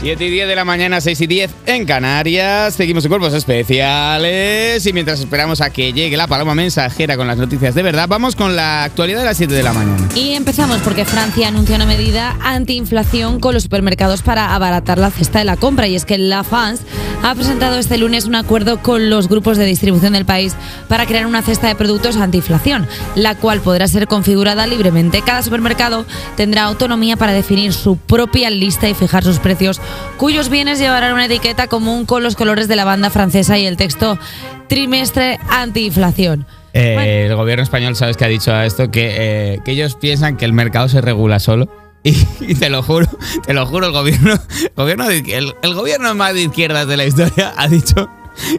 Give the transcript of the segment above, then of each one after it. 7 y 10 de la mañana, 6 y 10 en Canarias. Seguimos en Cuerpos Especiales. Y mientras esperamos a que llegue la paloma mensajera con las noticias de verdad, vamos con la actualidad de las 7 de la mañana. Y empezamos porque Francia anuncia una medida antiinflación con los supermercados para abaratar la cesta de la compra. Y es que la FANS ha presentado este lunes un acuerdo con los grupos de distribución del país para crear una cesta de productos antiinflación, la cual podrá ser configurada libremente. Cada supermercado tendrá autonomía para definir su propia lista y fijar sus precios, cuyos bienes llevarán una etiqueta común con los colores de la banda francesa y el texto trimestre antiinflación. Eh, El gobierno español, ¿sabes qué ha dicho a esto? Que, eh, que ellos piensan que el mercado se regula solo. Y, y te lo juro, te lo juro, el gobierno, el gobierno, de izquier- el, el gobierno más de izquierdas de la historia ha dicho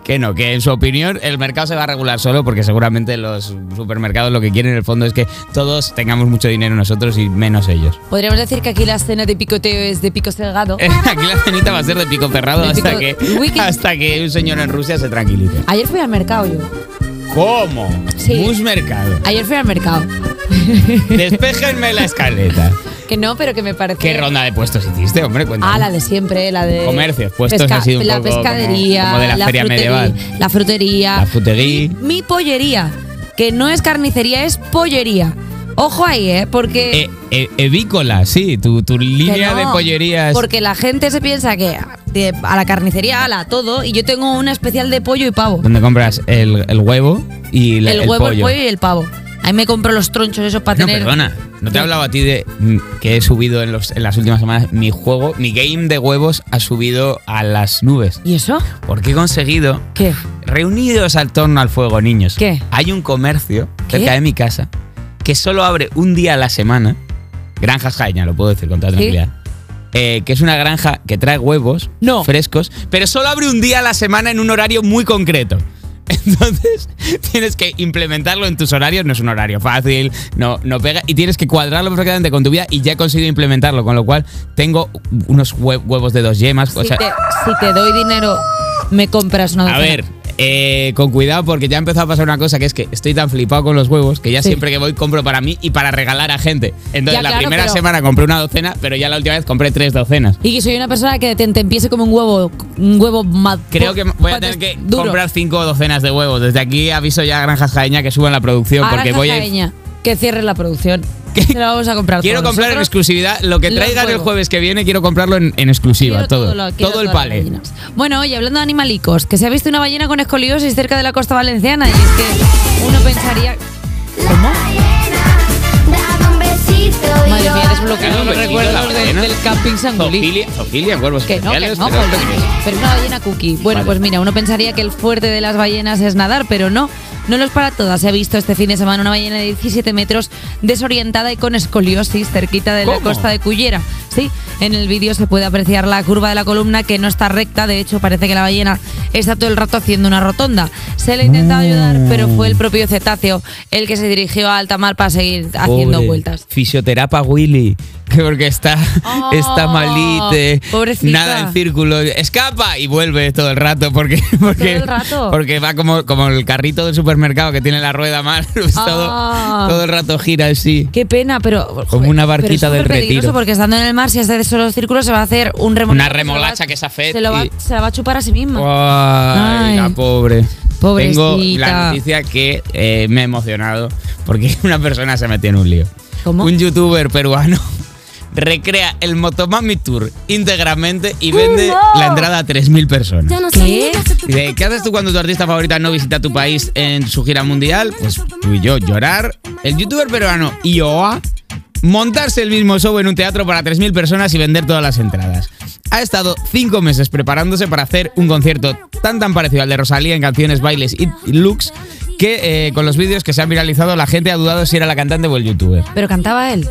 que no, que en su opinión el mercado se va a regular solo porque seguramente los supermercados lo que quieren en el fondo es que todos tengamos mucho dinero nosotros y menos ellos. Podríamos decir que aquí la escena de picoteo es de pico delgado. Aquí la cenita va a ser de pico cerrado Oh. De hasta, pico- que, Wiki. hasta que un señor en Rusia se tranquilice. Ayer fui al mercado yo. ¿Cómo? Sí. Bus mercado. Ayer fui al mercado. Despéjenme la escaleta. Que no, pero que me parece. ¿Qué ronda de puestos hiciste, hombre? Cuéntame. Ah, la Eh, de siempre, la de. Comercios, puestos ha sido un La poco como- pescadería, como de la feria frutería, medieval. La frutería. La frutería. Mi, mi pollería, que no es carnicería, es pollería. Ojo ahí, ¿eh? Porque. Eh, eh, evícola, sí, tu, tu que línea no, de pollerías. Porque la gente se piensa que de- a la carnicería, ala, todo, y yo tengo una especial de pollo y pavo. Donde compras el, el huevo y la- el huevo, el pollo. Ah, pollo y el pavo. Ahí me compro los tronchos esos para No, tener. perdona. No te he hablado a ti de mm, que he subido en, los- en las últimas semanas mi juego, mi game de huevos ha subido a las nubes. ¿Y eso? Porque he conseguido ¿Qué? Reunidos al torno al fuego, niños. ¿Qué? Hay un comercio ¿Qué? cerca de mi casa que solo abre un día a la semana. Granja Jaña, lo puedo decir con toda ¿Sí? tranquilidad. Eh, que es una granja que trae huevos No. frescos, pero solo abre un día a la semana en un horario muy concreto. Entonces, tienes que implementarlo en tus horarios. No es un horario fácil, no, no pega. Y tienes que cuadrarlo perfectamente con tu vida. Y ya he conseguido implementarlo. Con lo cual, tengo unos hue- huevos de dos yemas. o si, sea- te, si te doy dinero, me compras una a docena. ver, eh, con cuidado porque ya ha empezado a pasar una cosa que es que estoy tan flipado con los huevos que ya Sí. siempre que voy compro para mí y para regalar a gente. Entonces Ya, la claro, primera pero- semana compré una docena, pero ya la última vez compré tres docenas. Y que soy una persona que te, te empiece como un huevo, un huevo ma- Creo que voy a cuando tener que pues, es duro. comprar cinco docenas de huevos. Desde aquí aviso ya a Granjas Jaeña que suban la producción Ahora porque esa voy a... jaeña, que cierre la producción. ¿Qué? Se la vamos a comprar. Quiero todos. comprar en Nosotros- exclusividad lo que los traigan el huevos. jueves que viene, quiero comprarlo en, en exclusiva, Quiero todo. lo- Todo, quiero el todas las palet. gallinas. Bueno, oye, hablando de animalicos, que se ha visto una ballena con escoliosis cerca de la costa valenciana y es que uno pensaría... ¿Cómo? Dame un besito. y Madre mía, yo- desbloqueando Dame un besito, los pues, la recuerdos de- ballena. del camping Sangolí. Zoofilia, zoofilia en huevos Que no, que especiales, no, pero- Jolín. Pero una ballena cookie. Bueno, Vale. pues mira, uno pensaría que el fuerte de las ballenas es nadar, pero no. No los para todas. He visto este fin de semana una ballena de 17 metros desorientada y con escoliosis cerquita de la ¿Cómo? costa de Cullera. Sí, en el vídeo se puede apreciar la curva de la columna que no está recta. De hecho, parece que la ballena está todo el rato haciendo una rotonda. Se le intentaba ayudar, pero fue el propio cetáceo el que se dirigió a alta mar para seguir haciendo Pobre vueltas. Fisioterapa Willy. Que porque está, Oh, está malite. pobrecita. Nada en círculo. Escapa y vuelve todo el rato. Porque, porque, el rato. porque va como, como el carrito del supermercado que tiene la rueda mal. pues Ah. todo, todo el rato gira así. Qué pena, pero. Como una pero barquita es súper del peligroso retiro. Porque estando en el mar, si haces solo círculos, se va a hacer un remolacha. Una remolacha que se afecta Se, lo va, y- se la va a chupar a sí misma. Ay, Ay. la pobre. Pobrecita. Tengo la noticia que eh, me ha emocionado porque una persona se metió en un lío. ¿Cómo? Un youtuber peruano recrea el Motomami Tour íntegramente y vende la entrada a 3.000 personas. ¿Qué? Y de, ¿Qué haces tú cuando tu artista favorita no visita tu país en su gira mundial? Pues tú y yo, llorar. El youtuber peruano IOA montarse el mismo show en un teatro para 3.000 personas y vender todas las entradas. Ha estado cinco meses preparándose para hacer un concierto tan tan parecido al de Rosalía en canciones, bailes y y looks que eh, con los vídeos que se han viralizado la gente ha dudado si era la cantante o el youtuber. Pero cantaba él.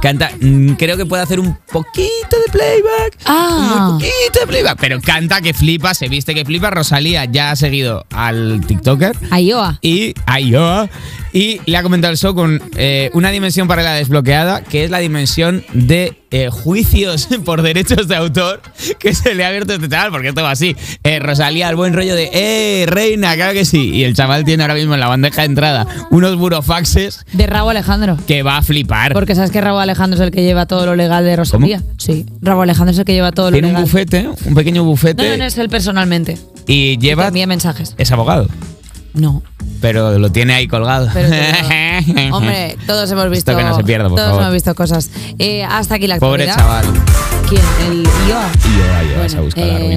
Canta, mm, creo que puede hacer un poquito de playback. Ah. Un poquito de playback. Pero canta que flipa, se viste que flipa. Rosalía ya ha seguido al TikToker Ayoa. y a Ioa, y le ha comentado el show con eh, una dimensión paralela desbloqueada, que es la dimensión de eh, juicios por derechos de autor que se le ha abierto a este chaval, porque esto va así. Eh, Rosalía, el buen rollo de, ¡eh, reina! Claro que sí. Y el chaval tiene ahora mismo en la bandeja de entrada unos burofaxes De Raúl Alejandro. que va a flipar. Porque sabes que Raúl Alejandro es el que lleva todo lo legal de Rosalía. Sí, Raúl Alejandro es el que lleva todo lo tiene un legal. bufete, un pequeño bufete, No, no, no es él personalmente. y lleva... Envía mensajes. Es abogado, No. pero lo tiene ahí colgado. Pero es que no. hombre, todos hemos visto. Esto que no se pierda, por Todos favor. hemos visto cosas. Eh, hasta aquí la Pobre actualidad. chaval. ¿Quién? El Ioa. Y yo, ahí vas a buscar la eh, ruina.